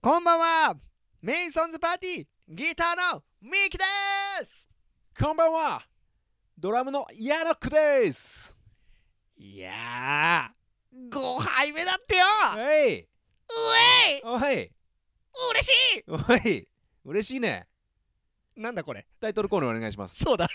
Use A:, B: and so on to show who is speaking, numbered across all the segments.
A: こんばんはメイソンズパーティーギターのミキです
B: こんばんはドラムのヤノックです
A: いやー5杯目だってよう
B: おい
A: えい
B: おい
A: 嬉しい
B: おい嬉しいね
A: なんだこれ
B: タイトルコールお願いします
A: そうだ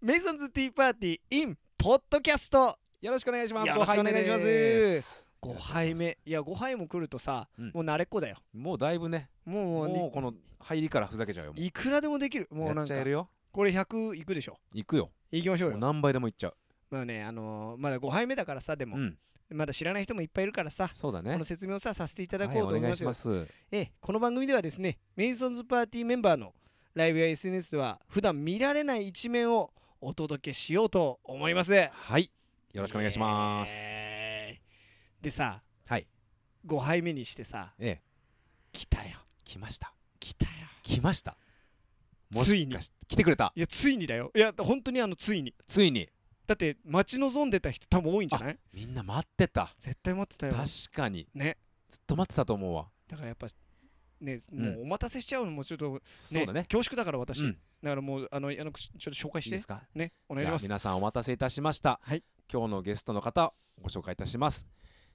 A: メイソンズティーパーティー in ポッドキャスト
B: よろしくお願いします
A: よろしくお願いします
B: ご拝命です
A: 5杯目いや5杯も来るとさ、
B: うん
A: もう慣れっこだよ
B: もうだいぶね
A: もう
B: もう
A: ね
B: この入りからふざけちゃうよもう
A: いくらでもできるもう
B: や
A: な
B: っ
A: ん
B: ち
A: か
B: ゃえるよ
A: これ100いくでしょ
B: 行くよ
A: 行きましょう
B: もう
A: よ
B: 何倍でも行っちゃう
A: まあねあのーまだ5杯目だからさでも、
B: うん
A: まだ知らない人もいっぱいいるからさ
B: そうだ
A: こ
B: ね
A: の説明をささせていただ
B: はい
A: こう
B: お
A: と思い
B: 願
A: ま
B: い
A: す
B: し
A: よ、
B: ます
A: ええこの番組ではですねメイソンズパーティーメンバーのライブや SNS では普段見られない一面をお届けしようと思いますよ
B: はいよろしくお願いします
A: でさ
B: はい
A: 5杯目にしてさ
B: ええ
A: 来たよ
B: 来ました
A: 来たよ
B: 来ました
A: ついに
B: もしかし来てくれた
A: いやついにだよいや本当にあのついに
B: ついに
A: だって待ち望んでた人多分多いんじゃない
B: みんな待ってた
A: 絶対待ってたよ
B: 確かに
A: ね
B: ずっと待ってたと思うわ
A: だからやっぱね、
B: ん
A: もうお待たせしちゃうのもちょっと、ね、
B: そうだね
A: 恐縮だから私、
B: うん
A: だからもうあのあのちょっと紹介
B: い
A: し
B: い
A: て
B: ですか
A: ねお願い
B: じ
A: し
B: ゃあ
A: ます
B: 皆さんお待たせいたしました、
A: はい
B: 今日のゲストの方ご紹介いたします、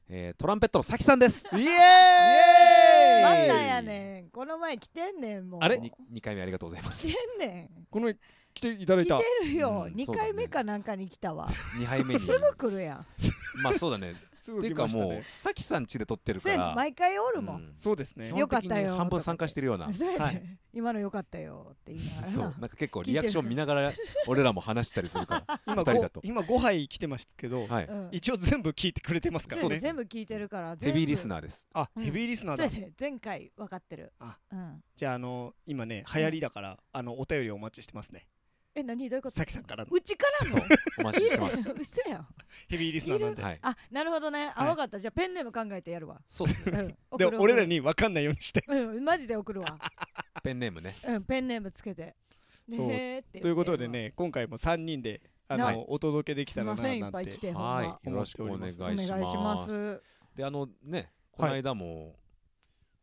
B: えートランペットのさきさんです
A: イエーイ
B: イエ
C: ま
B: ーイ
C: たやねんこの前来てんねんもう
A: あれ
B: に2回目ありがとうござい ます
C: 来てんね
A: この前来ていただい
C: ん来
A: た
C: てるよ、
B: うん
C: 二
B: そうだね
C: 回目かなんかに来たわ
B: 2杯目に
C: すぐ来るやん
B: まあそうだね
A: すぐ
B: ってい
A: 来
B: うか
A: ました
B: も
A: ね
B: うさきさん家で撮ってる
C: そ
B: か
C: うや
B: ら
C: ね毎回おるも、
B: うん基
A: そうですね
B: 本的に
C: よかったよ
B: 半分参加してるような
C: そうやね、
A: は
C: 今の良かったよって言いながら
B: そうなんか結構リアクショ
C: 聞いて
B: ン
C: る
B: 見ながら俺らも話したりするか
A: 今
B: 二人だ
A: 5
B: と
A: 今5杯来てますけど、
B: らはい
C: うん
A: 一応全部聞いてくれてますから
C: そう
A: ね
C: 全部聞いてるから
B: ヘビーリス
C: ー
B: ナーです
A: あ
C: うん
A: ヘビーリスナー
C: そ
A: だ、
C: うやね前回分かってる
A: あ
C: うん、
A: じゃああの今ね流行りだから、あのお便りお待ちしてますね
C: え何どういうこと
A: さきさんからの
C: うちからの
B: お待ちしてます
C: 嘘やん
A: ヘビーリスナーなんで
B: はい
C: あなるほどねあわかったじゃあペンネーム考えてやるわ、
B: そうですね
C: うん、
A: で
C: 送る
A: 俺らに分かんないようにして
C: うんマジで送るわ
B: ペンネームね
C: うん、ペンネームつけて。
A: そう
C: ねーって言って
A: ということでね今回も3人であの、
C: はい
A: お届けでき
C: す
A: た
C: い
A: ら
C: ま
A: な
C: せん、い
A: な
C: っ
A: ん
C: ぱい
A: て
C: 来て、ほんま
B: はいよろしくお願いし
C: お
B: ま
C: 願い
B: す
C: します。
B: であのねこ
A: はい
B: の間も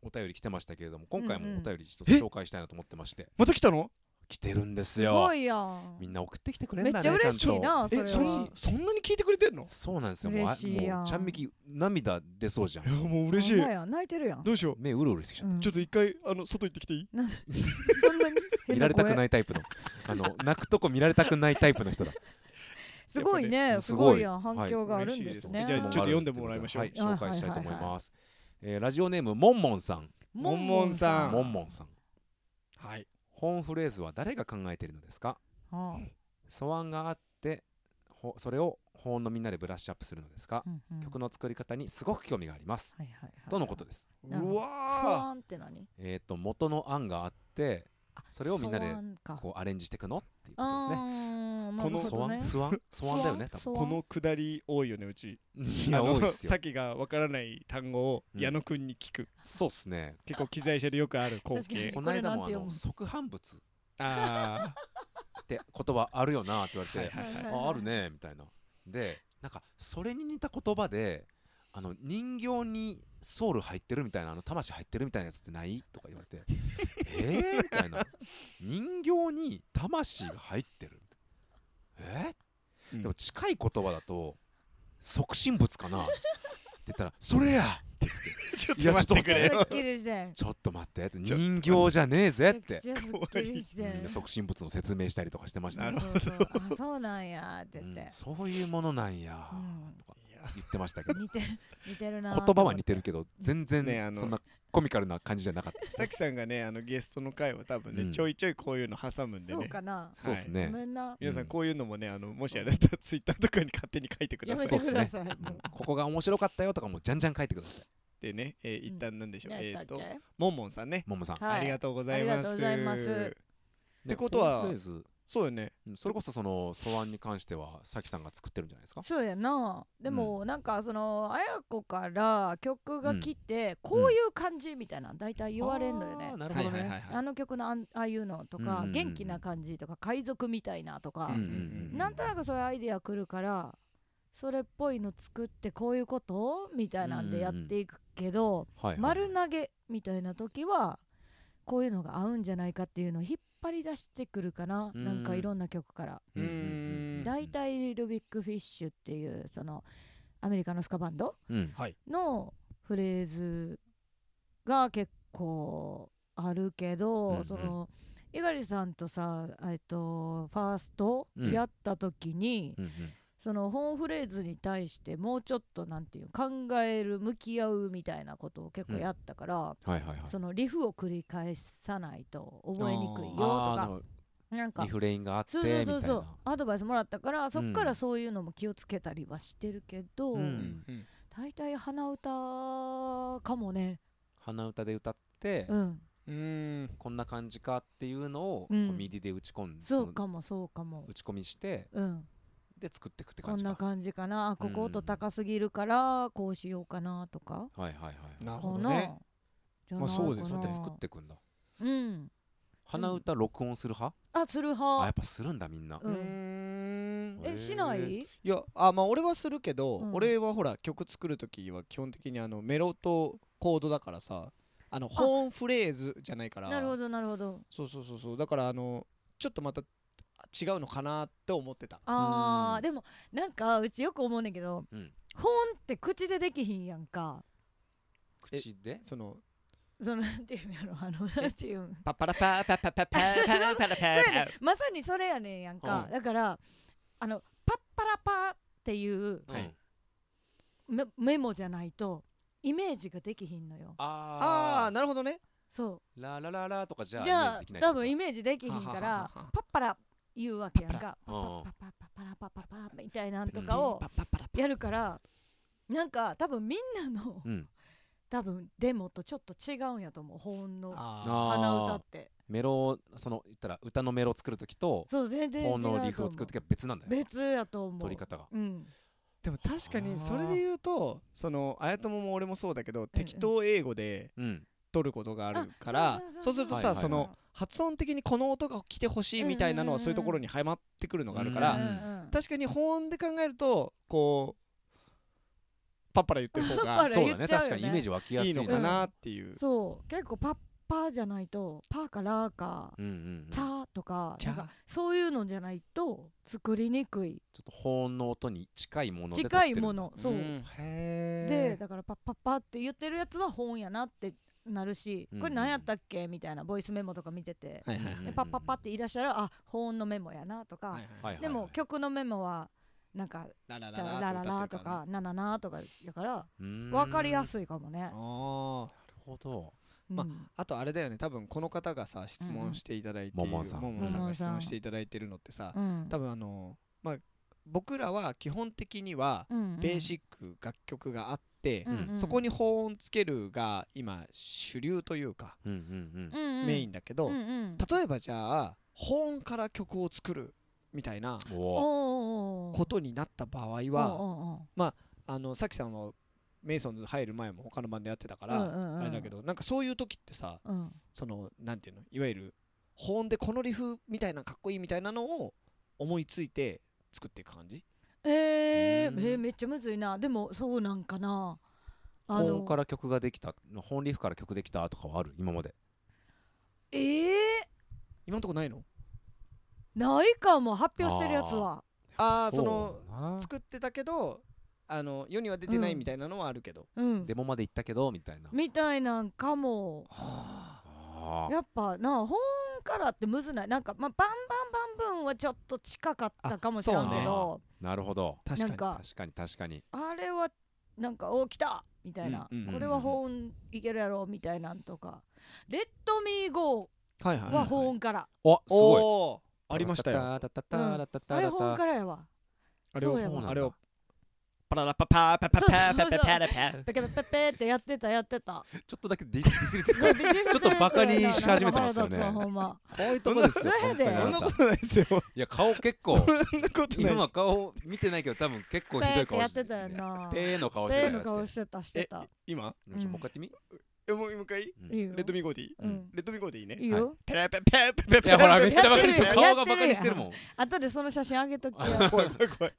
B: お便り来てましたけれども今回
C: うんう
B: も
C: ん
B: お便り一つ
A: え
B: 紹介したいなと思ってまして
A: また来たの
B: 来てるんです
C: す
B: よ
C: ごいや
B: み
C: ん。
B: んな送ってきてくれ
C: め
B: るん
C: っ
B: だね
C: ちゃ嬉しい
B: ちゃんと
C: な、そ
A: え
C: れ
A: そ
C: は
A: ん。そんなに聞いてくれてんの
B: そうなんですよもうあ
C: 嬉しいやん
B: もうちゃんみき涙出そうじゃ
A: いや
B: ん
A: もう嬉しい
C: ほんまや泣いてるやん。
A: どうしよ
B: 目うるうるしてきちゃっ
A: うちょっと一回あの外行ってきていい
C: とそんなに。
B: た見られたくないいタイプのあの泣くとこ見られたくないタイプの人 だ
C: すごい
B: やっぱ
C: ね、
B: ね
C: すごいやん、
B: すごい
C: 反響があるんで
A: 嬉し
C: す
A: いで
C: ね。
A: すじゃあちょっと読んでもらいましょう
B: はい紹介したいと思いますえーラジオネームもんもんさん
A: もんもんさん
B: もんもんさん
A: はい
B: 本フレーズは誰が考えているのですか
C: ああ
B: 素案があってほそれを保温のみんなでブラッシュアップするのですか
C: うんうん
B: 曲の作り方にすごく興味があります。
C: はいはいはい
B: とのことです。
C: なるほ
A: う
C: ど素
A: わ
C: 案って何
B: えっ、と元の案があって
C: あ
B: それをみんなで
C: 素案か
B: こうアレンジしていくのっていう
C: う
B: ことですね。
C: ーんな
A: こ
C: る
A: の
C: ほ
B: 素
C: どね
B: 案素案素案だよね多
C: 素
A: ー
C: 案
A: このくだり多いよねうち
B: 分。 い
A: あ
B: や多い
A: の
B: ですよ
A: さ。きがわからない単語を
B: うん
A: 矢野くんに聞く
B: そうっすね。
A: 結構機材車でよくある光
C: 確かに
A: 景
B: この間もあ
C: これ
B: の
C: なんて読む
B: 即反物っ
A: あ
B: て言葉あるよなって言われて、
A: はいはい
B: ああるねみたいな。でなんかそれに似た言葉で。あの人形にソウル入ってるみたいなあの魂入ってるみたいなやつってないとか言われて えーみたいな人形に魂が入ってるえー
A: ー
B: でも近い言葉だと促進物かなって言ったら「それや!
A: ちょっ
B: いや
A: と待ってくれ
B: ち
C: す
A: よ
C: っきりして」
B: ちょっと待ってって
A: ちょっと
B: 人形じゃねえぜ って
C: めちゃくちゃすっきりして
B: うん促進物の説明したりとかしてました
A: な
B: ね
A: るほ
C: そうそうあそうなんやって言っ
B: う
C: て
B: ん、そういうものなんや
C: うん
B: とか言ってましたけど
C: 似て似てるな
B: 言葉は似
C: て
B: てるけど全
A: ねあ
B: 然
A: の
B: そんなコミカルな感じじゃなかったです
A: さきさんがねあのゲストの回は多分
B: う
A: ね
B: ん
A: ちょいちょいこういうの挟むんで
C: そう
A: ね
C: かな
B: そうです
C: ご
B: ね
C: めんな
A: 皆さ
B: うんん
A: こういうのもねあのもしあれだったらツイッターとかに勝手に書いてくだ
C: や
A: さ
C: め
A: い
B: そ
C: て
B: うっす
C: く
B: ね
C: ださい
B: うんここが面白かったよとかもじゃんじゃん書いてください
A: でねえー一旦なんでしょう
C: 何
A: え
C: や
A: っ
C: ったっ
A: と
C: け
A: もんもんさんね
B: ももさん
C: はい
A: ありがとうございます
C: ありがとうございます
B: って
A: ことはそうよね
B: それこそその素案に関してはさきさんが作ってるんじゃないですか
C: そうやなでもなんかそのあや子から曲が来てこういう感じみたいな大体言われんのよね
B: あーなるほどね
C: あの曲のあんああいうのと
B: うんうん
C: か
B: うん
C: 元気な感じとか海賊みたいなとか
B: うんうんうん
C: なんとなくそういうアイデアくるからそれっぽいの作ってこういうことみたいなんでやっていくけど、
B: はいはい
C: 丸投げみたいな時はこういうのが合うんじゃないかっていうのを引っ張り出してくるかな、
B: うん
C: なんかいろんな曲から。
B: うんうんうんうん
A: だ
C: 大体リルビック・フィッシュっていうそのアメリカのスカバンド
B: うん
C: のフレーズが結構あるけど、
B: うんうん
C: その猪狩さんとさえっとファースト
B: うん
C: やった時に、
B: うんうん
C: その本フレーズに対してもうちょっとなんていう考える向き合うみたいなことを結構やったから、
B: はいはいはい
C: そのリフを繰り返さないと覚えにくいよと
B: あーなる
C: か
B: ほ
C: なん
B: ど
C: か
B: リフレインがあって
C: そ
B: みた
C: うそ
B: いう
C: そうそ
B: な
C: うアドバイスもらったからそっか
B: うん
C: らそういうのも気をつけたりはしてるけど、
B: う
A: うんん
C: 大体鼻歌かもね
B: 鼻歌で歌って
C: うん
A: うん
B: こんな感じかっていうのをこう
C: うん
B: ミディで打ち込んで
C: そ
B: そうの
C: かもそうかも
B: 打ち込みして
C: うん
B: で作っていくって
C: こ
B: 感
C: ん
B: じ
C: な
B: か
C: 感じかなあここ音
B: うん
C: 高すぎるからこうしようかなとか
B: はいはいはい
A: なるほ
C: か
A: ど
C: な、
A: ね
C: じゃ
A: まあ
C: ない
A: そう
B: で
A: ですす
C: か
A: ね
C: な
B: ね作っていくんだ
C: うん
B: 鼻歌録音する派
C: あする
B: あやっ
C: 派
B: ぱするんだみんな
C: う
A: うんん
B: へー
C: えしない
A: いやあまあ俺はするけど、
C: うん
A: 俺はほら曲作る時は基本的にあのメロとコードだからさあのホーンフレーズじゃないから
C: なるほどなるほど
A: そうそうそうそうだからあのちょっとまた違うのかなって思ってた
C: あ
B: う
C: ー
B: ん
C: でもなんかうちよく思うねんけど、
B: うん
C: ほんって口でできひんやんか
B: 口で
A: その
C: そのなんていうんやろあのなんていうん
A: パッパラパーパッパッパッパーパーパラパ
C: そうや
A: ー
C: ねまさにそれやねんやんか、
B: う
C: だからあのパッパラパーっていう
B: うん
A: はい
C: メメモじゃないとイメージができひんのよ
A: あ
B: あ
A: あなるほどね
C: そ
B: ーララララとかじ
C: う
B: ゃ
C: じゃ
B: あ
C: あ
B: イメージできない
C: 多分イ
B: 今
C: メージできひんか
A: ははは
C: ら
A: はは
C: パッパラ言うわけやんかパ
B: パラ
C: ッパパッパラパッパラパッパみたいなんとかを
A: パッパッパラパー
C: やるからなんか多分みんなの
B: うん
C: 多分デモとちょっと違うんやと思う保温の
A: あ
B: ー
C: 鼻歌って
B: メロその言ったら歌のメロを作るときと
C: そう全然違うと
B: 本
C: 思う
B: のリフを作るときは別なんだよね
C: 別やと思う
B: 取り方が
C: うん
A: ーでも確かにそれで言うとそのあやともも俺もそうだけど適当英語で
B: うん
A: 取ることがあるからそうするとさ
B: はいはいはい
A: その発音的にこの音が来てほしいみたいなのはそういうところにはまってくるのがあるか
B: う
A: ら
B: ん
A: 確かに保温で考えるとこうパッパラ言ってる方
C: パ
A: が
C: ッ
B: そうだね
C: 言っちゃ
B: 確
C: うよね
B: かにイメージ湧きやす
A: い
B: い
A: いの
B: ね
A: かなっていう
C: そう結構パッパじゃないとパーかラーか
B: うんうんうん
C: チ
B: ちょっ
C: ャーとか
A: チ
C: な
A: ャー
C: んかそういうのじゃないと作りにくい
B: と高音の音に近いもので撮って
C: 近
B: る
C: いものそう、
A: ん
C: で
B: へえ
C: だからパッパッパって言ってるやつは本やなってなるし、
B: うん
C: これ何やったっけみたいなボイスメモとか見てて、
A: はいはいはい
C: でパッパッパって言い出したらあ本のメモやなとか、
B: はいはい
C: でも曲のメモはなんか
A: ララ
C: 「ララララ」とか「ナナナ」とかやから分
B: 分
C: かりや
B: い
C: すいかもね
A: あ。ー
B: なるほど
A: ま
C: うん
A: あとあれだよね多分この方がさ質問していただいている
B: うんうんももんさん
A: ももんさん
C: もも
A: が
C: ん
A: 質
C: さん
A: 問していただいてるのってさ
C: うん
A: 多分あのまあ僕らは基本的には
C: うんうん
A: ベーシック楽曲があって
C: うんうん
A: そこに保音つけるが今主流というか
B: うんうんうん
A: メインだけど
C: うんうん
A: 例えばじゃあ保音から曲を作るみたいな
B: おお
C: おーおーおー
A: ことになった場合
C: お
A: は
C: ーおー
A: あのさきさんはメイソンズ入る前も他のバンドやってたか
C: うんうんうん
A: らあれだけどなんかそういう時ってさ
C: うん
A: そのなんていうのいわゆる保温でこのリフみたいなかっこいいみたいなのを思いついて作っていく感じ
C: えー、え
B: うん
C: ーめっちゃむずいなでもそうなんかなあ
B: 高音
C: の
B: から曲ができた本リフから曲できたとかはある今まで
C: えー、
A: 今のとこないの
C: ないかも発表してるやつは
A: あー
B: うな
A: 作ってたけどあの世には出てないみたいなのはあるけど、
C: うん
B: デモまで行ったけどみたいな
C: みたいなんかも
B: あー
C: やっぱな本からってむずないなんかまあバンバンバンブンはちょっと近かったかもしれんけど
B: なるほど
A: 確
C: なんか
B: 確かに確かに
C: あれはなんか「お来た!」みたいな、
A: うんうんうん
C: これは保温いけるやろ」みたいなんとか「レッドミーゴ
A: はい
C: ー」
A: は
C: は保温から、
B: おすごい
A: おーありましたよ
B: タタタタタタタ
C: あれ保温からやわ
A: あれを
C: そうやわ
A: あれをパララパパーパパパーパパパラパー
C: ペケペペペってやってたやって た
B: ちょっとだけディスディスれてる
C: ちょ
B: っとバカにし始めてますよね
C: ほんま
B: こういうとこですよ
C: そ
B: 本
C: うやで
B: 当にあ
A: そんなこ
B: なたい
A: とないですよ
B: や顔結構
A: そんなことな
B: 今
A: いで
B: は
A: す
B: 顔見てないけど多分結構
C: ペ
B: ひどい
C: ーって
B: 顔
C: や
B: し
C: っててたよな
B: ペーの顔して
C: ペ
B: た
C: ー
B: よ
C: の顔
B: だっ
C: してたして
A: え
C: た
A: 今
B: てちょもう一回やってみ
A: えもうもう一回
B: うん
C: いい
B: い
C: よ
A: レッドミーゴーディー
C: うん
A: レッドミーゴーディーね
C: いいよ、
A: ペラペラペラペラペラペラ
B: やほらめっちゃバカにしてる
C: やってる
B: 顔がバカにしてるもん
C: 後でその写真あげときよ
A: 怖い怖い怖い怖い
C: そ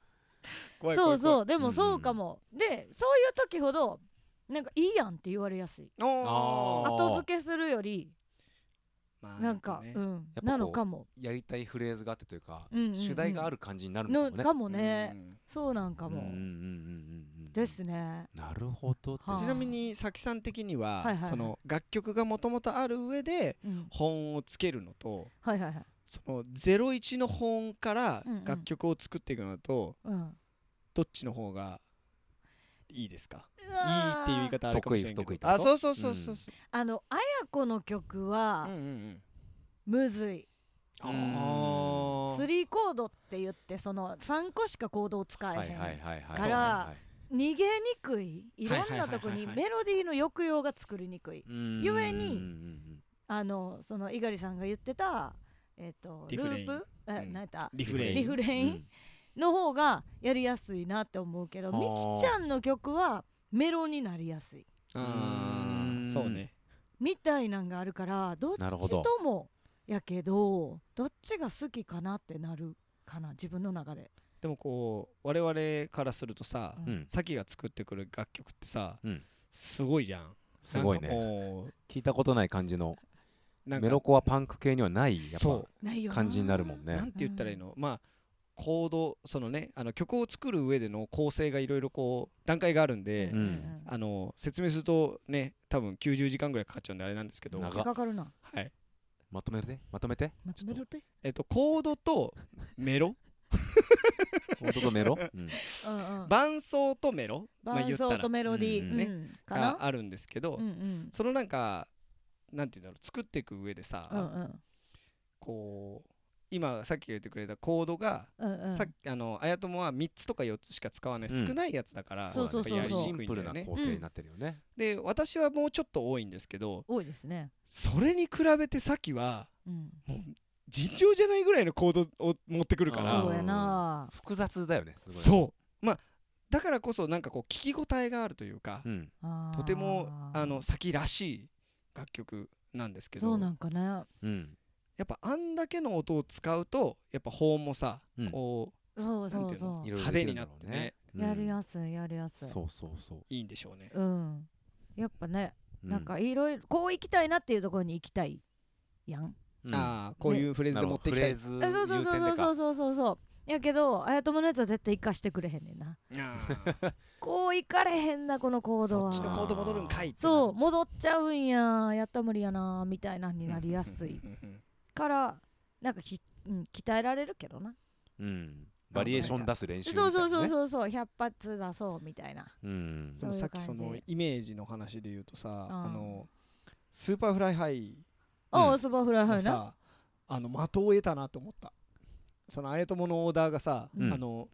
A: 怖
C: う
A: い怖
C: そ
A: いう
C: でもそうかも、でそういう時ほどなんかいいやんって言われやすい
A: おー
B: あー
C: 後付けするより
A: まあ
C: なんか
A: ね
C: うん
B: ぱこう
C: なのかも
B: やりたいフレーズがあってというか、
C: うんうんうん
B: 主題がある感じになるの
C: の
B: かもね。
C: かもね
A: うん
C: そうなんか
B: う
C: も、
B: んうんうんうんうん
C: ですね
B: なるほどです、
C: はあ
A: ちなみにさきさん的には、
C: はいはいはい
A: その楽曲がもともとある上で
C: うん
A: 本をつけるのと
C: はいはいはい
A: その01の本から
C: うんうん
A: 楽曲を作っていくのだと、
C: うん
A: どっちの方がいいですか
C: いい
A: いいっていう言い方あるかもしれんけど
B: 得意不得意ってこと
A: あそうそうそうそうそう、
C: あの綾子の曲
A: う
C: は
A: ん、うんうん
C: むずい
A: あ
B: うん
A: ー
C: 3コードって言ってその3個しかコードを使
B: はい
C: え
B: は
C: へ
B: いは
C: ん、
B: いはいはい。
C: から
B: は
C: 逃げにくいいろんなとこ
A: はいはいはいはい
C: に
A: はい
C: メロディーの抑揚が作りにくい
B: いはい
C: ゆえに
B: うんうんうん
C: あのその猪狩さんが言ってたえっ、と
A: リ
C: ル
A: フレイン
C: ープえ、
A: うん
C: 何やった
A: リフレイン
C: リフレイン
B: うん
C: の方がやりやすいなって思うけど
B: あー
C: みきちゃんの曲はメロになりやすい
A: あー
B: うん
A: そうね
C: みたいなんがあるからどっ
B: なるほ
C: ち
B: ど
C: ともやけどどっちが好きかなってなるかな自分の中で。
A: でもこう我々からするとさ、
C: う
B: うん
A: さきが作ってくる楽曲ってさ、
B: うん
A: すごいじゃん
B: すごい
A: なんか
B: ね。
A: もう
B: 聞いたことない感じの
A: なんか
B: メロコアパンク系にはないやっ
A: そ
B: ぱ
A: う
C: ないよな
B: 感じになるもん
A: な
B: ね
A: ん。て言ったらいいの、まあコードそのねあの曲を作る上での構成がいろいろこう段階があるんで、
C: うんうん
A: あの説明するとね多分90時間ぐらいかかっちゃうんであれなんですけど、
B: 長
A: は
B: っ
C: かかるな。
A: い
B: まとめてまとめて。
C: まとめるって。
A: えっと、コードとメロ
B: 本当と メロ。うん
C: うんうん。
A: 伴奏とメロ、まあ、言
C: 伴
A: った
C: 奏
A: ら
C: とメロディー、
B: うん
A: ね
C: うんか
A: が
C: な。
A: あるんですけど、
C: うんうん。
A: そのなんかなんて言うんだろう作っていく上でさ、
C: うんうん
A: こう今さっき言ってくれたコードが、
C: うんうん。
A: さっきあの綾友は3つとか4つしか使わない、
B: うん
A: 少ないやつだから
C: そうそうそうそう
A: やり
B: シ
A: にく
B: ン
A: いんだ
B: プル
A: よ
B: な
A: ね。
B: 構成になってるよね。
A: で私はもうちょっと多いんですけど
C: 多いですね。
A: それに比べてさっきは
C: うん。
A: 尋常じゃないぐらいの行動を持ってくるか
B: あー
A: ら
C: そうやな。
B: 複雑だよね。すごい
A: そうまあだからこそなんかこう聞き応えがあるというか、
B: うん。
C: あー
A: とてもあの先らしい楽曲なんですけ
C: そ
A: ど
C: うなんかね。
B: うん。
A: やっぱあんだけの音を使うとやっぱ法もさ、
B: うん
A: こ
C: そう
A: うな
C: そ
A: んて
C: う
A: いうの
C: そ
B: いろい
A: 派
B: ろで
A: 手
B: きる
A: に
B: ん
A: な
B: だ
A: っ
B: ろ
A: て
B: うね
A: ね、
C: う。やりや
B: す
C: すいやりやすい。
B: そうそうそう。
A: いいんでしょうね。
C: うん。やっぱね、
B: う
C: なんかいろいろこう行きたいなっていうところに行きたいやん。
B: うん
A: ああこういうフレーズで持ってきたい、
B: なるほどフ
C: あ
B: レ
C: そ
B: ー
C: う
B: ズ優
C: そうそう
B: 先でか
C: そうそうそうそうそう。やけど、あやとものやつは絶対生かしてくれへんねんな。
A: あー
C: こう行かれへんな この行動
A: そ
C: は。
A: っちの行動戻るんかいってなる
C: そう戻っちゃうんややったら無理やなみたいなんになりやすい
A: うんうんうんうん
C: からなんかき、うん、鍛えられるけどな
B: うんバリエーション出す練習みたい
C: そ
B: な
C: う
B: ね
C: そうそうそうそう100発出そうみたいな
B: うん
A: で
C: そう
A: も
C: いう
A: さっき
C: 感じ
A: そのイメージの話で言うとさ、
C: うん
A: あのスーパーフライハイ
C: ああスーパーフライハ
A: が
C: イな
A: さ、あの的を得たなと思ったその綾友のオーダーがさ、
B: うん
A: あの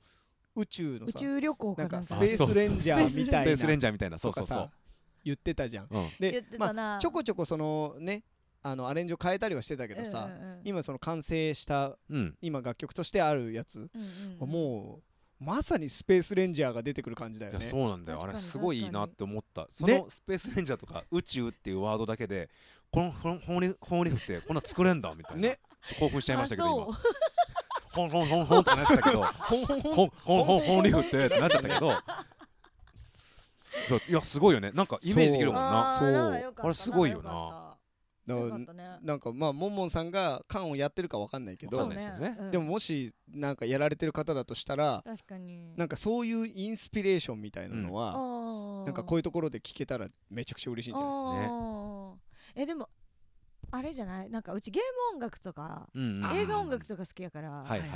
A: 宇宙のさ
C: 宇宙旅行か
A: な
C: なんん
A: か
C: か
A: スペースレンジャーみ
B: ス
A: たい
B: ペ
A: な
B: ースレンジャーみたいなそう
A: と
B: そ
A: か
B: うそ
A: さ
B: う
A: 言ってたじゃん
B: うん
C: 言っ
A: で
C: て
A: ま
C: た
A: あ
C: な、
A: ちょこちょこそのねあのアレンジを変えたりはしてたけ
C: け
A: どさ、
C: うん
A: 今その完成した
B: うん
A: 今楽曲としてあるやつ、
C: うんうんうん
A: もうまさにスペースレンジャーが出てくる感じだ
B: い
A: よ
B: や
A: ね
B: そうなんだよあ
C: 確かに
B: れすごいいいなって思ったそ
A: ね
B: のスペースレンジャーとか宇宙っていうワードだけでこのこのホーリホーリフってこんな作れんだみたいな
A: ね
B: 興奮しちゃいましたけど
C: あ
B: 今ホンホンホンホンってなっちゃったけど
A: ほんほんほん
B: ホンホンホンホンリフってってなっちゃったけどそういやすごいよねなんかイメージできるもんな
C: あーならよかったな
B: あれすごいよな
C: かった
A: だ
C: よ
A: か
C: からったね
A: なんかまあもんもんさんが缶をやってるかわかんないけ
B: わ
A: ど
B: かんないですけどね
C: そう
A: でももしなんかやられてる方だとしたら
C: うん確かに
A: なんかそういうインスピレーションみたいなのは、
C: な
A: なんかこういうところで聞けたらめちゃくちゃ嬉しいんじゃない
B: ね
C: あーえでもあれじゃないなんかうちゲーム音楽とか
B: うんうん
C: 映画音楽とか好きやから、
B: はいはいはい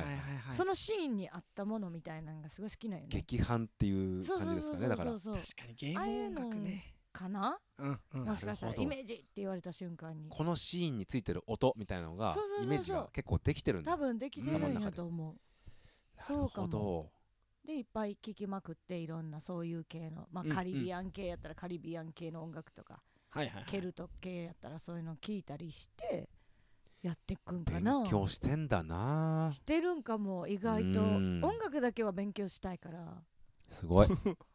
A: は
C: そのシーンに合ったものみたいなのがすごい好きなんよね。
B: 劇伴っていう
C: そう
B: 感
C: そ
B: じ
C: う
B: です
C: そ
B: か
C: う
B: ねだか
C: そ
B: ら
C: うそう
A: 確かにゲーム音楽ね
C: かな
A: うんうん
C: もしかした
B: なる
C: ら
B: ほど
C: イメージって言われた瞬間に
B: このシーンについてる音みたいなのが
C: そうそうそうそう
B: イメージが結構できてるんだ
C: 多分できてる
B: 頭の
C: ん
B: 中
C: や
B: で
C: と思う。
B: なる
C: そうか
B: ほど
C: でいっぱい聴きまくっていろんなそういう系の、ま
A: うん
C: あ、カリビアン系やったらカリビアン系の音楽とか、
A: はいはい
C: ケルト系やったらそういうの聴いたりしてやってくんか
B: 勉
C: な。
B: 強してんだな
C: してるんかも意外と
B: うん
C: 音楽だけは勉強したいから
B: す ごい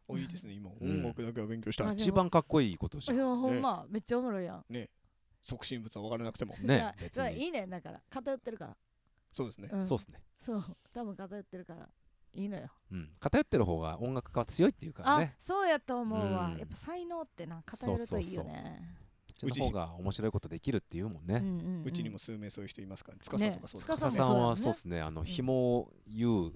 A: おいいですね今
B: ん
A: 音楽だけは勉強した、
C: まあ
B: 一番かっこいいことじゃ
C: で
B: ん
C: もほんまめっちゃおもろいやん
A: 促進物は分からなくても
B: ね
C: だから
B: 別
C: だからい
B: に
C: いねんだから偏ってるから
A: そうですね
C: ん
B: そうっすね
C: そう多分偏ってるからいいのよ
B: うん、偏ってる方が音楽家は強いっていうから
C: あ
B: ね
C: そうやと思うわ
B: うん
C: やっぱ才能ってな偏るといいよね
B: そっちの方が面白いことできるっていうもんね、
C: んんん
A: うちにも数名そういう人いますから、ね、司とかそうです
C: 司
B: 笠
A: ね
B: さんはそ
C: そうだね
B: うですねあの紐を言う、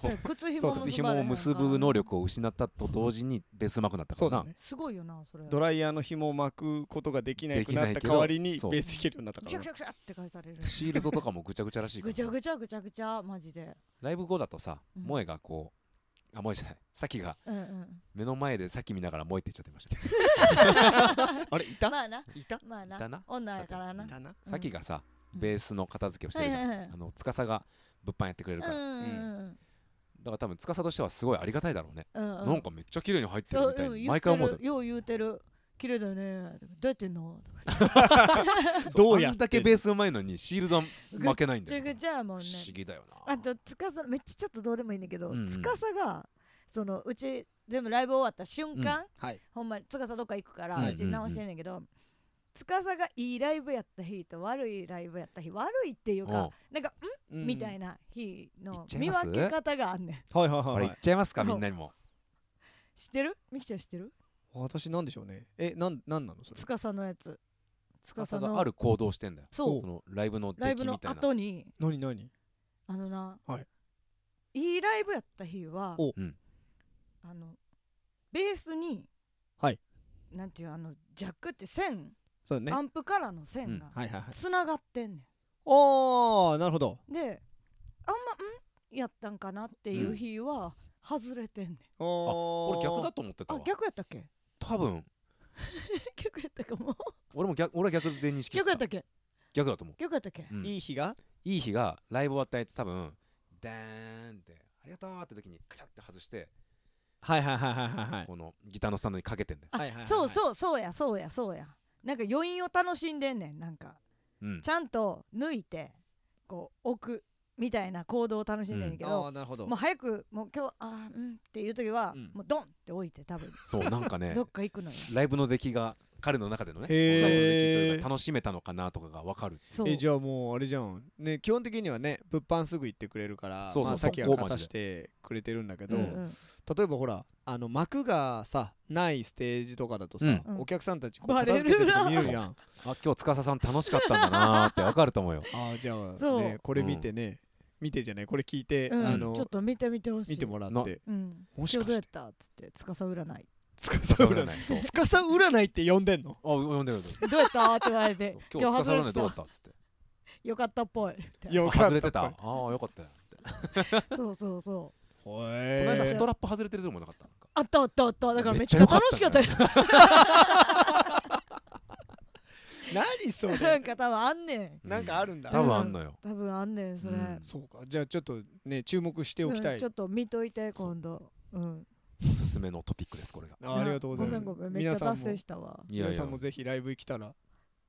C: そう靴
B: そう
C: 紐も
B: 靴紐を結ぶ能力を失ったと同時にベースうまくなったか
A: そう
B: ら
A: だ
B: な、
A: ね
C: すごいよなそれ
A: ドライヤーの紐を巻くことができなくなっ
B: できな
A: た
B: いけど
A: 代わりにベ
B: そう
A: ース弾けるようになったか
C: ぐち
A: ら
C: ゃ
A: ね
C: ぐちゃぐちゃって書いてある
B: シールドとかもぐちゃぐちゃらしいか
C: ぐちゃ
B: ら
C: ぐちゃぐちゃぐちゃマジで
B: ライブ後だとさ
C: うん
B: 萌えがこうあ萌えじゃないさっきが
C: うんうん
B: 目の前でさっき見ながら萌えって言っちゃってました
A: あれいた
C: まあない
A: た
C: まあ
B: いた
C: な
B: な
C: 女やからない
A: たな
B: さっきがさ
C: うん
B: ベースの片付けをしてるじゃん、
C: はいはいはい
B: あの司が物販やってくれ
C: う
B: る
C: ん
B: から、
C: うん
B: だから多分司としてはすごいありがたいだろうね、
C: うんう
B: なんかめっちゃ綺麗に入ってるみたい
C: うん
B: に
C: 言っ
B: 毎
C: て
B: 回
C: る
B: 思うと
C: よう言うてる綺麗だねどうやってんのとか
A: どう
B: あ
A: やっ
B: ん
A: て
B: だけベースうまいのにシールドは負けないんだ
C: ぐちゃ
B: よ
C: ぐちゃやもん
B: 不
C: ね
B: 思議だよな
C: あと司めっちゃちょっとどうでもいいねんだけど、
B: うんうん
C: 司がそのうち全部ライブ終わった瞬間、
A: はい
C: ほんまに司どっか行くから、
B: うんうん
C: うち直してんねんけど、司がいいライブやった日と悪いライブやった日悪いっていうか、なんかんみたい
A: な
C: な日
B: 言っ
C: の
B: ちゃい
C: 見
B: ます
C: 分け方があんねん
A: はいはい
B: うんこ
A: はい
B: れ
A: はい
B: 言っちゃいますか
C: はい
B: みんなにも
C: 知ってるみきちゃん知ってる
A: 私なんでしょうねえなんなんなのそれ
C: 司のやつ司
B: 司
C: の
B: がある行動してんだよ
C: そう
B: そのライブの
C: ライ
B: 出
C: ブ
B: 来
C: の
B: みたいな
C: 後に
A: 何何
C: あのな、
A: はい
C: い、いライブやった日は、
A: お
B: うん
C: あのベースに、
A: はい
C: なんていうあのジャックって線、
A: そうだね
C: アンプからの線が
A: はいはいはい
C: つながってんね
A: ああなるほど
C: ん。であんまんやったんかなっていう日は外れてんねん。
B: 俺逆だ
A: と
B: と思ってた
C: あ
B: わ
C: 逆やったっ け
B: 多分
C: 逆やったか も。
B: 俺も逆俺は逆で認識し
C: 逆や
B: て
C: った
B: た
C: っけ
B: 逆だと思
C: 逆やったっけ
B: ううん
A: いい日が
B: いい日がライブ終わったやつ多分ダーンってありがとうって時にカチャって外して
A: はいはいはいはいはい
B: このギターのスタンドにかけてんだよ
C: あ、
A: はいはいはいはい
C: そうそうそうやそうやそうや。なんか余韻を楽しんでんねんなんか。
B: うん
C: ちゃんと抜いてこう置くみたいな行動を楽しんでるけ
A: ああ
C: ど、
A: ーなるほど
C: もう早くもう今日あーうんっていう時は、
A: うん
C: もうドンって置いて多分
B: そうなんかね
C: どっか行くのよ。
B: ライブの出来が彼の中でのね
A: へー
B: ライブの出来というか楽しめたのかなとかが分かる
C: そう
A: えじゃあもうあれじゃんね基本的にはね物販すぐ行ってくれるから
B: そうそう
A: まあ
B: そ
A: さ
B: う
A: っきは
B: そこマジで
A: 勝たしてくれてるんだけ
C: う
A: ど、
C: んうん、
A: 例えばほらあの幕がさないステージとかだとさ、
B: う
A: お客さんたちこう
C: バレ
A: 片
C: る
A: 付けてるの見えるやん
B: あ今日司さん楽しかったんだなーって分かると思うよ
A: あーじゃあ、
C: そう
A: ね、これ見てね、見てじゃないこれ聞いて、
C: うん
A: あ
C: ちょっ
A: の
C: と見てみてほしい。
A: 見てもらっ
B: な
A: て
C: うん。
A: もし
C: 今
A: か
C: 日どうや
A: し
C: ってたっつって司占い。
A: 司
B: そう
A: 占い
B: ないそう
A: 司占いって呼んでんの
B: あ読んでる読んでる
C: どうやったって言われて
B: そう、今日司さんねどうだったっつって
C: よかったっぽい。
A: よ
B: あ
A: かった
B: 外れてたああーよかったよ
C: そうそうそう。
A: ほ
B: こ
A: え
B: の間
A: ー
B: ストラップ外れてるともなかったなんか
C: あったあったあった。だからめ
B: め
C: っ
B: っ
C: ち
B: ち
C: ゃ
B: ゃ
C: 楽しかったよ。
A: 何そ
C: なん
A: れ
C: か多分あんねん。
A: なんかあるんだ
B: 多分あんのよ
C: 多分あんねんそれ。
B: うん
A: そうかじゃあちょっとね注目しておきた
C: う
A: い
C: んちょっと見といて今度。うん。
B: おすすめのトピックですこれが
A: あーありがとうございます
C: ごめんごめんめっ
A: 皆
C: ちゃ
A: さん
C: 達
A: も
C: 成したわ。
B: いや
A: 皆
B: い
A: さ
B: や
A: んもぜひライブ来たら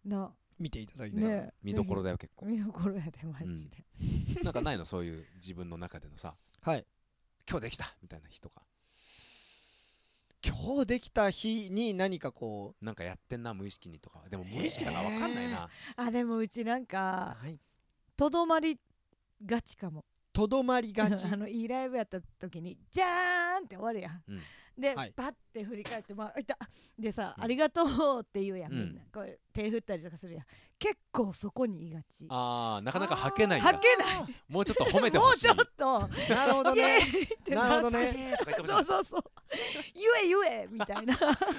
C: な
A: 見ていただいて、
C: ねえ
B: 見どころだよ結
C: ぜ
B: 構
C: ひ見どころやでマジで。
B: なんかないのそういう自分の中でのさ
A: はい
B: 今日できたみたいな日とか
A: 今日できた日に何かこ
B: なんかやってんな無意識にとかでも無意識だから分かんないな
C: あでもうちなん
A: う
C: か
A: はい
C: とどまりがちかも。
A: とどまり がち
C: あのいいライブやった時に「じゃーん!」って終わるやん。
B: うん
C: で、
A: はい
C: パッて振り返って「まあ、あいたでさ、
B: うん
C: ありがとう」って言うやん
B: う
C: み
B: ん
C: んな、こう手振ったりとかするやん結構そこにいがち。
B: あーなかなかはけないん
C: あー
B: だ
C: はけない
B: もうちょっと褒めて
C: も
B: ほ
C: う
B: しい
C: ちょっと
A: なるほど
C: イエ
A: ね
C: ーイって
A: なるほど
C: さ
A: ね
B: すげーとか言ってほしい
C: そうそうそう「ゆえゆえ」みたいな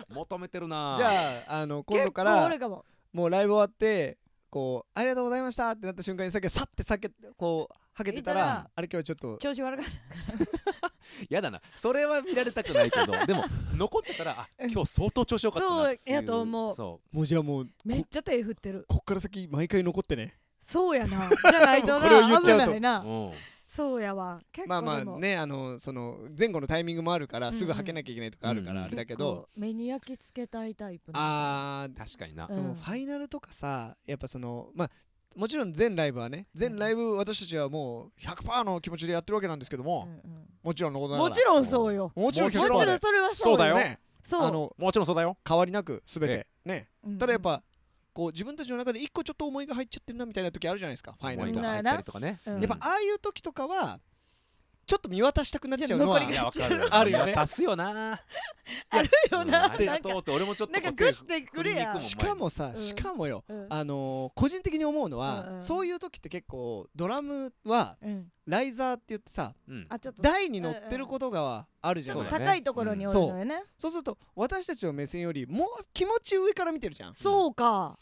B: 求めてるな
A: じゃああの 今度か
C: 結構俺
A: ら
C: かも
A: もうライブ終わってこうありがとうございましたってなった瞬間にさっきさってさっきこうはけてたら
C: いたら
A: あれ今日ちょっと
C: 調子悪かった
B: やだなそれは見られたくないけど でも残ってたらあ今日相当調子よかったなってい
C: そう
B: う
C: やと思う
B: そ
A: もうじゃあもう
C: めっちゃ手振ってる
A: こっから先毎回残ってね
C: そうやなじゃない と
A: これを言
C: な
A: っちゃうと
C: 危ないうな
B: うん
C: そうやわ結構
A: まあまあ
C: でも
A: ねあのその前後のタイミングもあるか
C: う
A: ら
C: んうん
A: すぐはけなきゃいけないとかあるか
B: うんう
A: ら
B: ん
A: あれだけど
C: 結構目に焼き付けたいタイプあ
A: あー
B: 確かにな
C: う
A: で
C: ん
A: もファイナルとかさやっぱそのまあもちろん全ライブはね全ライブ私たちはもう100%の気持ちでやってるわけなんですけども、もちろんのことながら
C: もちろんそうよ
A: もちろん
C: もちろん
A: 100%で
C: それは
B: そうだよ
A: ね
C: そう
A: あの
B: もちろんそうだよ
A: 変わりなく全てね
C: うん
A: ただやっぱこう自分たちの中で一個ちょっと思いが入っちゃってるなみたいな時あるじゃないですかファイナル
B: 思い
A: と
B: が
A: か
B: 入
C: ない
B: っ
C: な
B: たりとかね
C: うん
A: やっぱああいう時とかはちょっと見渡したくなっちゃうの
C: い
A: は
B: い
C: や残り
B: やわか る
A: あるよね
B: 足すよな
C: あるよ
B: うん
C: な
B: あり
C: な
B: が
C: んか
B: とうって俺もちょっと
C: なんか
B: こ
C: グ
B: う
C: ッてくるや
B: 振
C: ん
B: りに行くもん
A: しかもさ、
C: うん
A: しかもよ
C: うん
A: あのー個人的に思うのは、
C: うんうん
A: そういう時って結構ドラムは
C: うん
A: ライザーって言ってさ
B: うん
C: あちょっと
A: 台に乗ってることがあるじゃない、
B: うん
C: ち
B: そ
C: ょ
B: う
C: っと高いところにおるのよね
A: そうすると私たちの目線よりもう気持ち上から見てるじゃん
C: そうか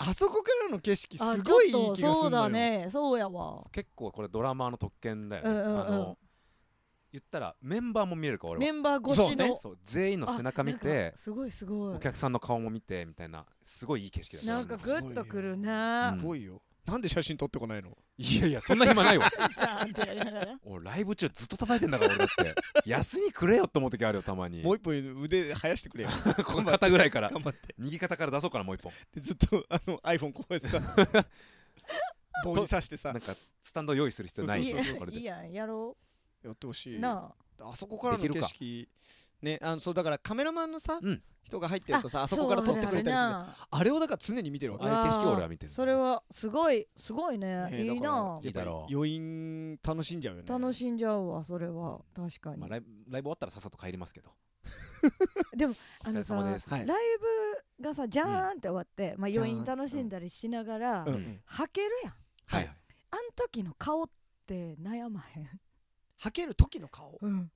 A: あそこからの景色
C: あ
A: すごいいい
C: ちょっと
A: 気がす
C: そ
A: る
C: うん
A: だ
C: だ
A: よ、
C: ねそうやわ
B: 結構これドラマーの特権だよね、
C: うんうんうん
B: あの言ったらメンバーも見れるから俺
C: メ
B: は
C: ンバー越しの
B: そう全員の背中見
C: あな
B: て
C: んかすごいすごい
B: お客さんの顔も見てみたいなすごいいい景色だった
C: なんかグッとくるね
A: すごいよなんで写真撮ってこないの
B: いやいやそんな暇ないわ
C: じゃんってやりながら
B: 俺ライブ中ずっと叩いてんだから俺だって休みくれよって思う時あるよたまに
A: もう一本腕生やしてくれよ
B: この肩ぐらいから
A: 頑張って
B: 右肩から出そうかなもう一本
A: でずっとあの iPhone こうやってさ棒に刺してさ
B: なんかスタンド用意する必要ない
A: そ
B: で
A: うそ
B: すよ
A: う
B: これ
C: いい
B: で
C: やんやろ
A: やってほし
C: う
A: い
C: な
A: あそこからの
B: でき
A: 景
B: るか
A: 色ねあのそうだからカメラマンのさ、
B: うん
A: 人が入って
C: あ
A: るとさあそこから撮ってくれたりするじゃん
C: り
A: あれをだから常に見てるわけ
B: ああいう景色を俺は見てる
C: それはすごいすごいね
A: ね
C: いい
A: だから
C: な
B: やいいだろう
A: 余韻楽しんじゃうよね
C: 楽しんじゃうわそれは確かに
B: まあライブライブ終わったらさっさと帰りますけどお
C: あ
B: 疲
C: の
B: れ
C: さ
B: 様です
A: はい
C: ライブがさじゃーんって終わってまあ
A: じゃー
C: 余
A: ん
C: 韻楽しんだりしなが
A: う
C: ら
A: ん、
B: うん
C: 吐けるやん
A: は
B: はいい
C: あん時の顔って悩まへん
A: はける時の顔
C: うん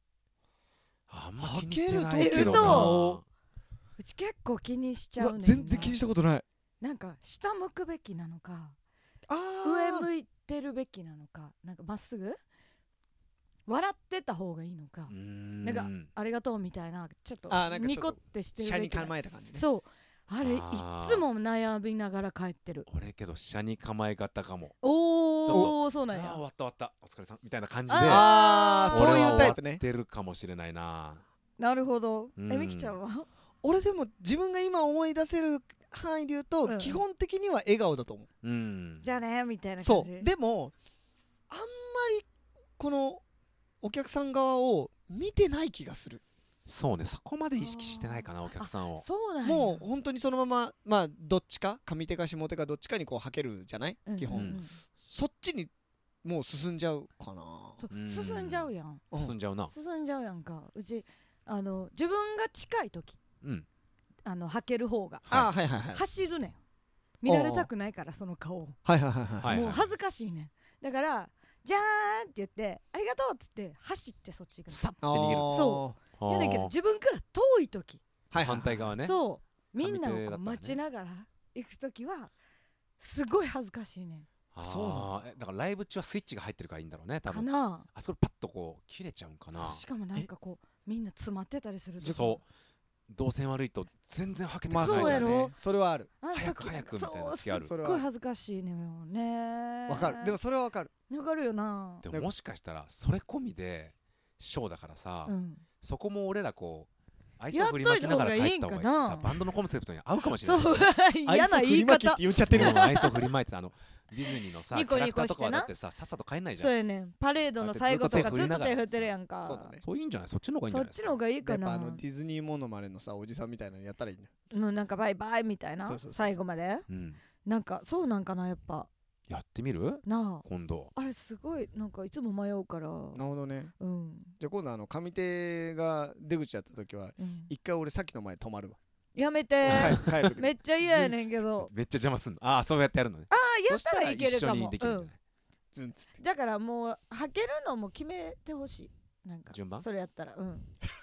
B: あんま気にしてない
C: 吐け
B: け
C: る
B: ど
C: 時
B: な
A: の
C: うち結構気にしち
A: う
C: ゃう
A: わ
C: ねんな
A: 全然気にしたことない
C: なんか下向くべきなのか
A: あ
C: 上向いてるべきなのかなんかまっすぐ笑ってた方がいいのか、
B: うーん
C: なんかありがとうみたいなちょっと
A: あーなんかちょっと
C: ニコってしてる
A: 車
C: べ
A: に
C: きな
A: 構えた感じね
C: そうあれいっ
B: あー
C: つも悩みながら帰ってる
B: 俺けど車に構え方かもちょっ
C: おおそう
B: あ
C: なん
B: ー終
C: や
B: わった終わったお疲れさんみたいな感じで
C: あ
B: 俺
C: ー
B: は
A: ああ
C: ー
A: そう
B: 終
A: い
B: わ
A: う
B: っ
A: タイプね
B: てるかもしれないな
C: なるほどえ
B: うん
C: みきちゃんは
A: 俺でも自分が今思い出せる範囲で言うと、
C: うん
A: 基本的には笑顔だと思
B: うん
C: じゃあねみたいな
A: う
C: 感
A: そ
C: じ
A: うでもあんまりこのお客さん側を見てない気がする
B: そうねそこまで意識してないかなお客さんを
C: そうなんや
A: もう本当にそのまままあどっちか上手か下手かどっちかにこうはけるじゃない、
C: うん
A: 基本、
B: うん
A: そっちにもう進んじゃうかな
C: そう
B: うん
C: 進んじゃうやん
A: うん
B: 進んじゃうな
C: 進んじゃうやんかうちあの自分が近い時
B: うん
C: あの履ける方が
A: あーはいはいはい
C: 走るねん見られたくないからその顔を
A: はいはいはいはい
B: はい
C: もう恥ずかしいねんだから「じゃーん!」って言って「ありがとう!」っつって走ってそっち行
B: さって
A: あ
B: 逃げる
A: ー
C: そ
B: あ
C: く
B: ー
C: やねんけど自分から遠い時
A: はいはいはい
B: 反対側ね
C: そうみ
B: 上手
C: んなを
B: だった
C: こ
B: ら
C: う
B: ね
C: 待ちながら行く時はすごい恥ずかしいねん
B: あ
A: そうなん
B: ーえだからライブ中はスイッチが入ってるからいいんだろうね多
C: か
B: 分
C: な
B: あそこでパッとこう切れちゃうんかな
C: そうしかもなんかこうみんな詰まってたりする時
B: そう動線悪いと全然はけてく
A: ま
B: れ
A: あ
B: ないじ
A: そう
B: ゃ
A: や
B: ん
C: ろ
A: ねそれはある
C: あん時
B: 早く早くみたいな時ある
C: そうすっ
A: それ
C: ご
A: はい
C: 恥ずかしいねんよね
A: わかるでもそれはわかる
C: わかるよな
B: でももしかしたらそれ込みでショーだからさ
C: うん
B: そこも俺らこう愛想振りまきながら帰った方がいい
C: やっといた方がいいんかな
B: さバンドのコンセプトに合うかもしれ
C: そ
B: な
C: う
B: いね
C: 嫌な言
A: 愛想振り
C: い
A: まきって
C: 方
A: 言っちゃってる
B: うん愛想振りまいてあのディズニーのさキ
C: ニコ
B: ャラ
C: ニ
B: ク
C: コ
B: タ
C: してな
B: ーとかはだってささっさと帰んないじゃ
C: そ
B: ん
C: うやねんパレードの最後とかずっと手振ってるやんか
A: そうだね
B: そういいんじゃないそっちの方がいいんじ
C: そ
B: ゃ
C: っ
B: ないです
C: ち
B: か
C: の方がいい
A: や
C: か
A: っぱあ
C: な
A: のディズニーモノマネのさおじさんみたいなのやったらいいんだ
C: もうなんかバイバイみたいな
A: そうそうそうそう
C: 最後まで
B: うん
C: なんかそうなんかなやっぱ
B: やってみる
C: な
B: 今度
C: ああれすごいなんかいつも迷うからう
A: なるほどね
C: ん、
A: じゃあ今度あの上手が出口やった時は
C: うん、
A: 一回俺さっきの前止まるわ
C: やめて
A: 帰る帰る時
C: めっちゃ嫌やねんけど
B: めっちゃ邪魔すんのああそうやってやるのね
C: ああやったらいけるか
B: そしたら一緒
C: も
B: にできるん
C: う
B: じゃ
A: ズ
B: ない
C: ん
A: ンっつって
C: だからもう履けるのも決めてほしいなんか
B: 順番
C: それやったらうん、
A: は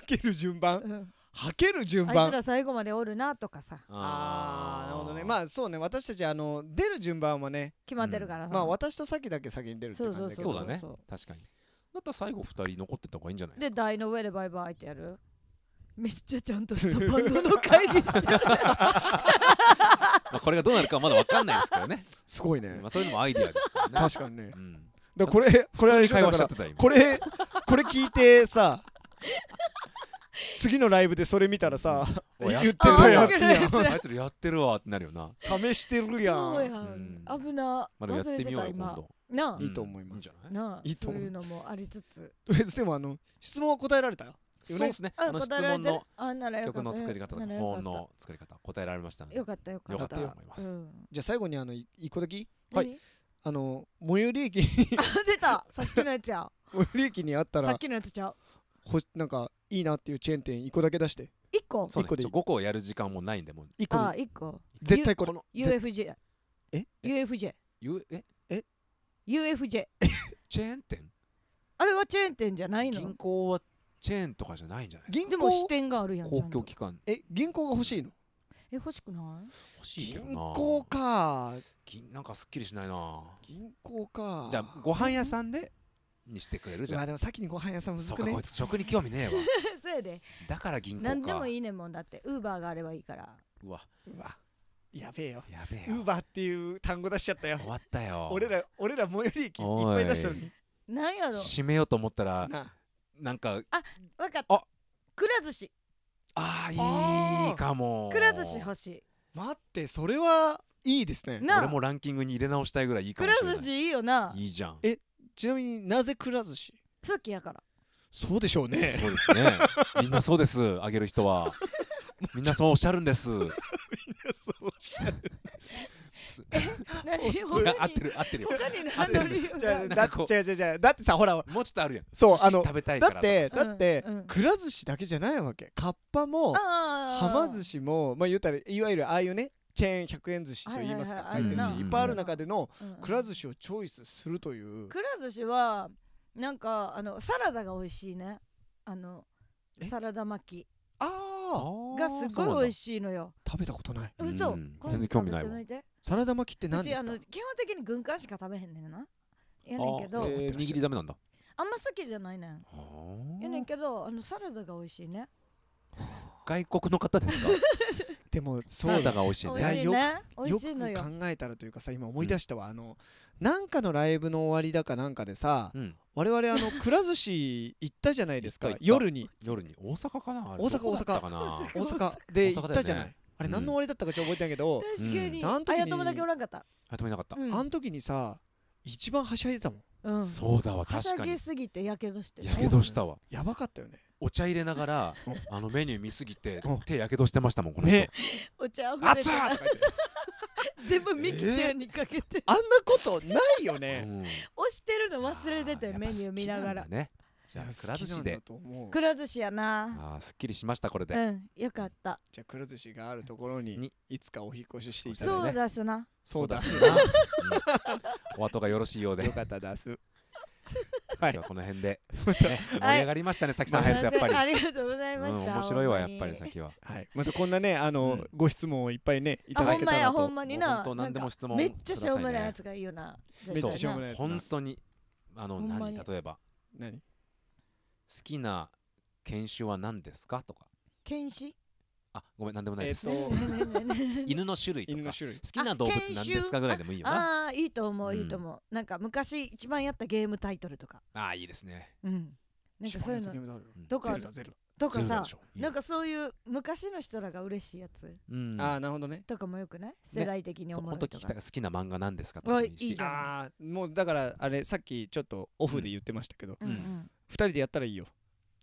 A: ける順番
C: うん、
A: はける順
C: あいつ
A: 番
C: ら最後までおるなとかさ
A: あーなるほどね
B: あ
A: まあそうね私たちあの出る順番はね
C: 決まってるからさ、
A: まあ私と先だけ先に出るって
C: そ
A: 感
C: う
A: じだ
C: そう
A: けど
B: そ
C: そう
B: うだね
C: そう
B: 確かにだったら最後二人残ってた方がいいんじゃ ない
C: で台の上でバイバイってやるめっちゃちゃんとしたバンドの会議してる
B: まあこれがどうなるかはまだわかんないですけど ね
A: すごいね
B: まあそういうのもアイディアですからね
A: 確かにね
B: うん
A: だからこれこれあれでしょ
B: 会
A: だか
B: 話しちゃ
A: ら
B: ってた今
A: これこれ聞いて さ次のライブでそれ見たらさ
B: おや
A: 言ってたや
C: あ
A: つ
C: やって
A: や
C: る
B: あいつらやってるわってなるよな。
A: ん試してるや
C: そうんやん、
B: うん
C: 危な
B: まあ、でもやっ
C: 忘れ
B: てみ
C: て
B: よう
C: た
B: よ、今
C: 今
B: 度。
C: な
A: うんいいと思います
B: じゃ
C: あ
B: ない
C: なあ
A: いいと
C: そう
A: 思う
C: いうのもありつつ
A: とりあえずでもあの質問は答えられた
B: そうですね。あの質
C: 答えられ
B: 問
C: てる
B: の
C: あならよか
B: 曲
C: った
B: の作り方と
C: な
B: から保温
C: よかっ
B: の作り方、答えられましたの
C: た
B: で
C: よ。かったよかった
B: よかったと思います
C: うん
A: じゃあ最後にあのい一個だけ
B: はい
C: 何
A: あの最寄り駅に
C: あ出たさっきのやつや
A: 最寄り駅にあった
C: さ
A: ら
C: っきのやつちゃう
A: ほしなんかいいなっていうチェーン店1個だけ出して
C: 一個
B: そうね
A: 一個でいい
B: ちょ5個やる時間もないんでもう
A: 1個
C: あ
A: で
C: 一個
A: 絶対これ
B: の
C: UFJ
A: え
C: UFJ
B: ゆえ
C: UFJ
B: チェーン店
C: あれはチェーン店じゃないの
B: 銀行はチェーンとかじゃないんじゃない
A: 銀
C: でも支
A: 行
C: 店があるやんち
B: 公
C: ゃん
B: 共
C: と
B: 機関
A: え銀行が欲しいの
C: え欲しくない
B: 欲しいけ
A: 銀
B: どな
A: 行か
B: 銀なんかすっきりしないな
A: 銀行か
B: じゃあご飯屋さんでにしてくれるじ
A: う
B: ゃ
A: わ
B: ん
A: でも先にご飯屋さんむず
B: そう
A: く
B: か
A: ね
B: こいつ食に興味ねえわ
C: そうやで
B: だから銀行か
C: 何でもいいねんもんだってウーバーがあればいいから
B: うわ
A: うわやべえよ
B: やべえ
A: ウー
B: よ
A: バーっていう単語出しちゃったよ
B: 終わったよ
A: 俺ら俺ら最寄り駅いっぱい出したのに
C: なんやろ
B: 閉めようと思ったら
A: なあ
B: なんか
C: わかっ
B: あ
C: たくら寿司
B: あ
A: あ
B: ー
A: ー
B: いいかも
C: くら寿司欲し
A: 待ってそれはいいですね
C: いな
B: 俺
C: あ
B: もランキングに入れ直したいぐらいいいかも
C: くら
B: しれない
C: 寿司いいよない
B: いじゃん
A: えちなみになぜくら寿司
C: 好きやから
A: そうでしょう ね
B: そうですねみんなそうですあげる人はみんなそうおっしゃるんです
A: そうじゃ
C: 何
B: いや合
C: 他
B: って
C: に
B: る合ってるよ
C: 他に何の理由
A: じゃ
C: が
A: あ
C: ある
A: だって違う違う違うだってさほら
B: もうちょっとあるやん
A: そう
B: 寿司
A: あの
B: 食べたいか
A: だ
B: らと
A: って
B: か
A: だって
C: うんうん
A: くら寿司だけじゃないわけかっぱも
C: あー
A: はま寿司もまあ言ったらいわゆるああいうねチェーン100円寿司と言いますか
C: はい
B: は
A: 回
B: いはい
A: 転寿
B: あ
A: 司
B: るない
A: っぱいある中での
C: うん
A: くら寿司をチョイスするという
C: くら寿司はなんかあのサラダが美味しいねあの
A: え
C: サラダ巻
B: あ
A: ああ
B: ー
C: きがす
B: そうなん
C: ご
B: だ
C: い美味しいのよ
A: 食べたことない
B: うん
C: 嘘
B: うん
C: 今度
B: 全然興味ないわ
C: 食べてみて
A: サラダ巻きって
C: う
A: 何
C: ち
A: で
C: あ
A: すか
C: の基本的に軍艦しか食べへんねんなやねんけど
B: あ
C: あ,、
B: ーえー握りダメなんだ
C: んま好きじゃないねん
B: あ
C: やねん
B: ー
C: けどあのサラダが美味しいね
B: 外国の方ですか
A: でも
B: サ
A: そ
B: ラ
A: う
B: ダが美味しい
C: 美
A: や
B: ね
C: 味しいね美
A: よ
C: 味
A: く
C: しいのよ
A: 考えたらというかさ今思い出したわ、あのなんかのライブの終わりだかなんかでさ、
B: うん
A: 我々あのくら寿司行ったじゃないですか
B: 行った行った
A: 夜に
B: 夜に大阪かなあれ
A: 大阪
B: どこだったかな
A: 大阪で
B: 大
A: 行
B: 阪だよね
A: ったじゃない、あれ
B: うん
A: 何の終わりだったかちょっと覚えてないけど、
C: 確かに、
A: うんあの時に
C: あや友だけおらんかった、
B: あ止めなかった
C: うん
A: あの時にさ一番はしゃいでたもん
C: うん
B: そうだわ
C: はし
B: 確
C: ゃ
B: か
C: ぎ
B: に
C: すぎてやけどしてる
B: やけどしたわ
A: やばかったよね
B: お茶入れながら
A: うん
B: あのメニュー見すぎて
A: うん
B: 手やけどしてましたもんこの人
A: ね
C: お茶あふれ
B: 熱
C: て
B: っ
C: な
B: とか言って
C: 全部ミキテにかけて、
A: あんなことないよね
B: うん
C: 押してるの忘れて
B: あ
C: て
B: ー
C: メニュー見な
B: や
C: が
B: っぱ好きんだ
C: ら
B: ね
A: じ
B: ゃあくら寿司で
A: と思う
C: くら寿司やな
B: あーすっきりしましたこれ
C: う
B: で
C: んよかった
A: じゃあくら寿司があるところに
B: に
A: いつかお引っ越ししていただ
B: ね
A: き
C: そうだすな
A: そうだ
B: そう
A: な
B: お後がよろしい ようで
A: よ
B: 今
A: かった出すは
B: 日
A: い
B: はこの辺で
A: また
B: ね盛り上がりましたねさきさん入るとやっぱり
C: ありがとうございま
B: うん
C: した、
B: 面白いわやっぱりさ
C: き
B: きは
A: はい、またこんなね、あの、
B: うん
A: ご質問をいっぱいね、い
C: あ
A: た
C: ほ
A: だ
C: ん
A: け
C: ま
A: た
C: や
A: ら
C: ほ
A: と
C: ん。まに
B: もう
C: な
B: 本当何でも質問
C: なんかめっちゃしょうもないや
B: く
C: つがいいよな
B: ださい
A: めっ
B: ね
A: ちゃ
C: 絶
A: しょうも
C: 対
A: ないやつだ
B: 本当にあの
C: ほんま
B: 何
C: に
B: 例えば
A: 何
B: 好きな犬種は何ですかとか
C: 犬種
B: あごめん何でもない
A: え
B: で
A: っ
B: す
A: と、
B: 犬の種類と
A: 犬の
B: か好
A: 種類。
B: きな動物何ですかぐらいでもいいよな
C: ああーいいと思う
B: うん
C: いいと思う、なんか昔一番やったゲームタイトルとか
B: ああーいいですね
C: うんなんかそういうの
A: の。
B: うん
C: と
A: ゼ
C: か
A: ルダ、ゼル
C: とか
B: ゼロなん
C: さ
B: でしょいい
C: なん
B: よ
C: かそういう昔の人らが嬉しいやつ
B: うん
A: ダ。ああ、なるほどね。
C: とかもよくない世代的に
B: そう
C: 思
B: 本
C: う
B: 当
C: と
B: 聞
C: か
B: きたい好きな漫画なんですかと
C: お
B: かで
C: い
B: もいい
C: いい
B: し
C: じゃん
A: ああ、もうだから、あれ、さっきちょっとオフで言ってましたけど、
C: うんうん
A: 二、人でやったらいいよ。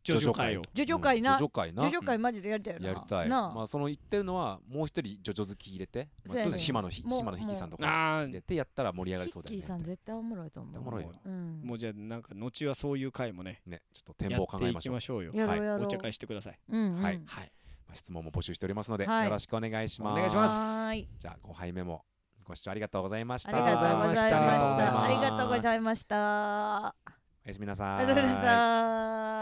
A: ジョジョ会を。
C: ジョジョ会な
B: ジョジョ会な
C: 叙々会マジでやりたいよな
B: やりたい
C: なあ
B: まあその言ってるのはもう一人ジョジョ好き入れてまあ
C: そうや
B: そ
C: ね
B: うです島のひ
C: もう
B: 島のひきさんとか
A: ああ
B: 入、れてやったら盛り上がり
C: ヒ
B: そう
C: ッ
B: だ
C: キ
B: よ
C: ーさん
B: ね
C: 絶対おもろいと思う
B: おもろいよ
C: うん
A: もうじゃあ、なんか後はそういう会もね。
B: ねちょっと展
A: や
B: 望を
A: っ
B: 考
A: て
B: え
A: い
B: まし
A: き
B: ょう
A: ましょうよ。
C: やろうやろ
A: お
C: う
A: 茶会してください。
C: うんうん
B: はい
A: はい。
B: まあ質問も募集しておりますので
C: はい
B: よろしくお願いします
A: お願いします
C: はーい
B: じゃあ5杯目もご視聴ありがとうございまし
C: あ
B: た
C: りがとうございました
A: あ
C: あ
A: り
C: り
A: が
C: が
A: と
C: と
A: う
C: う
A: ご
C: ご
A: ざ
C: ざいました
B: おやすみなさ
C: おやすみなさい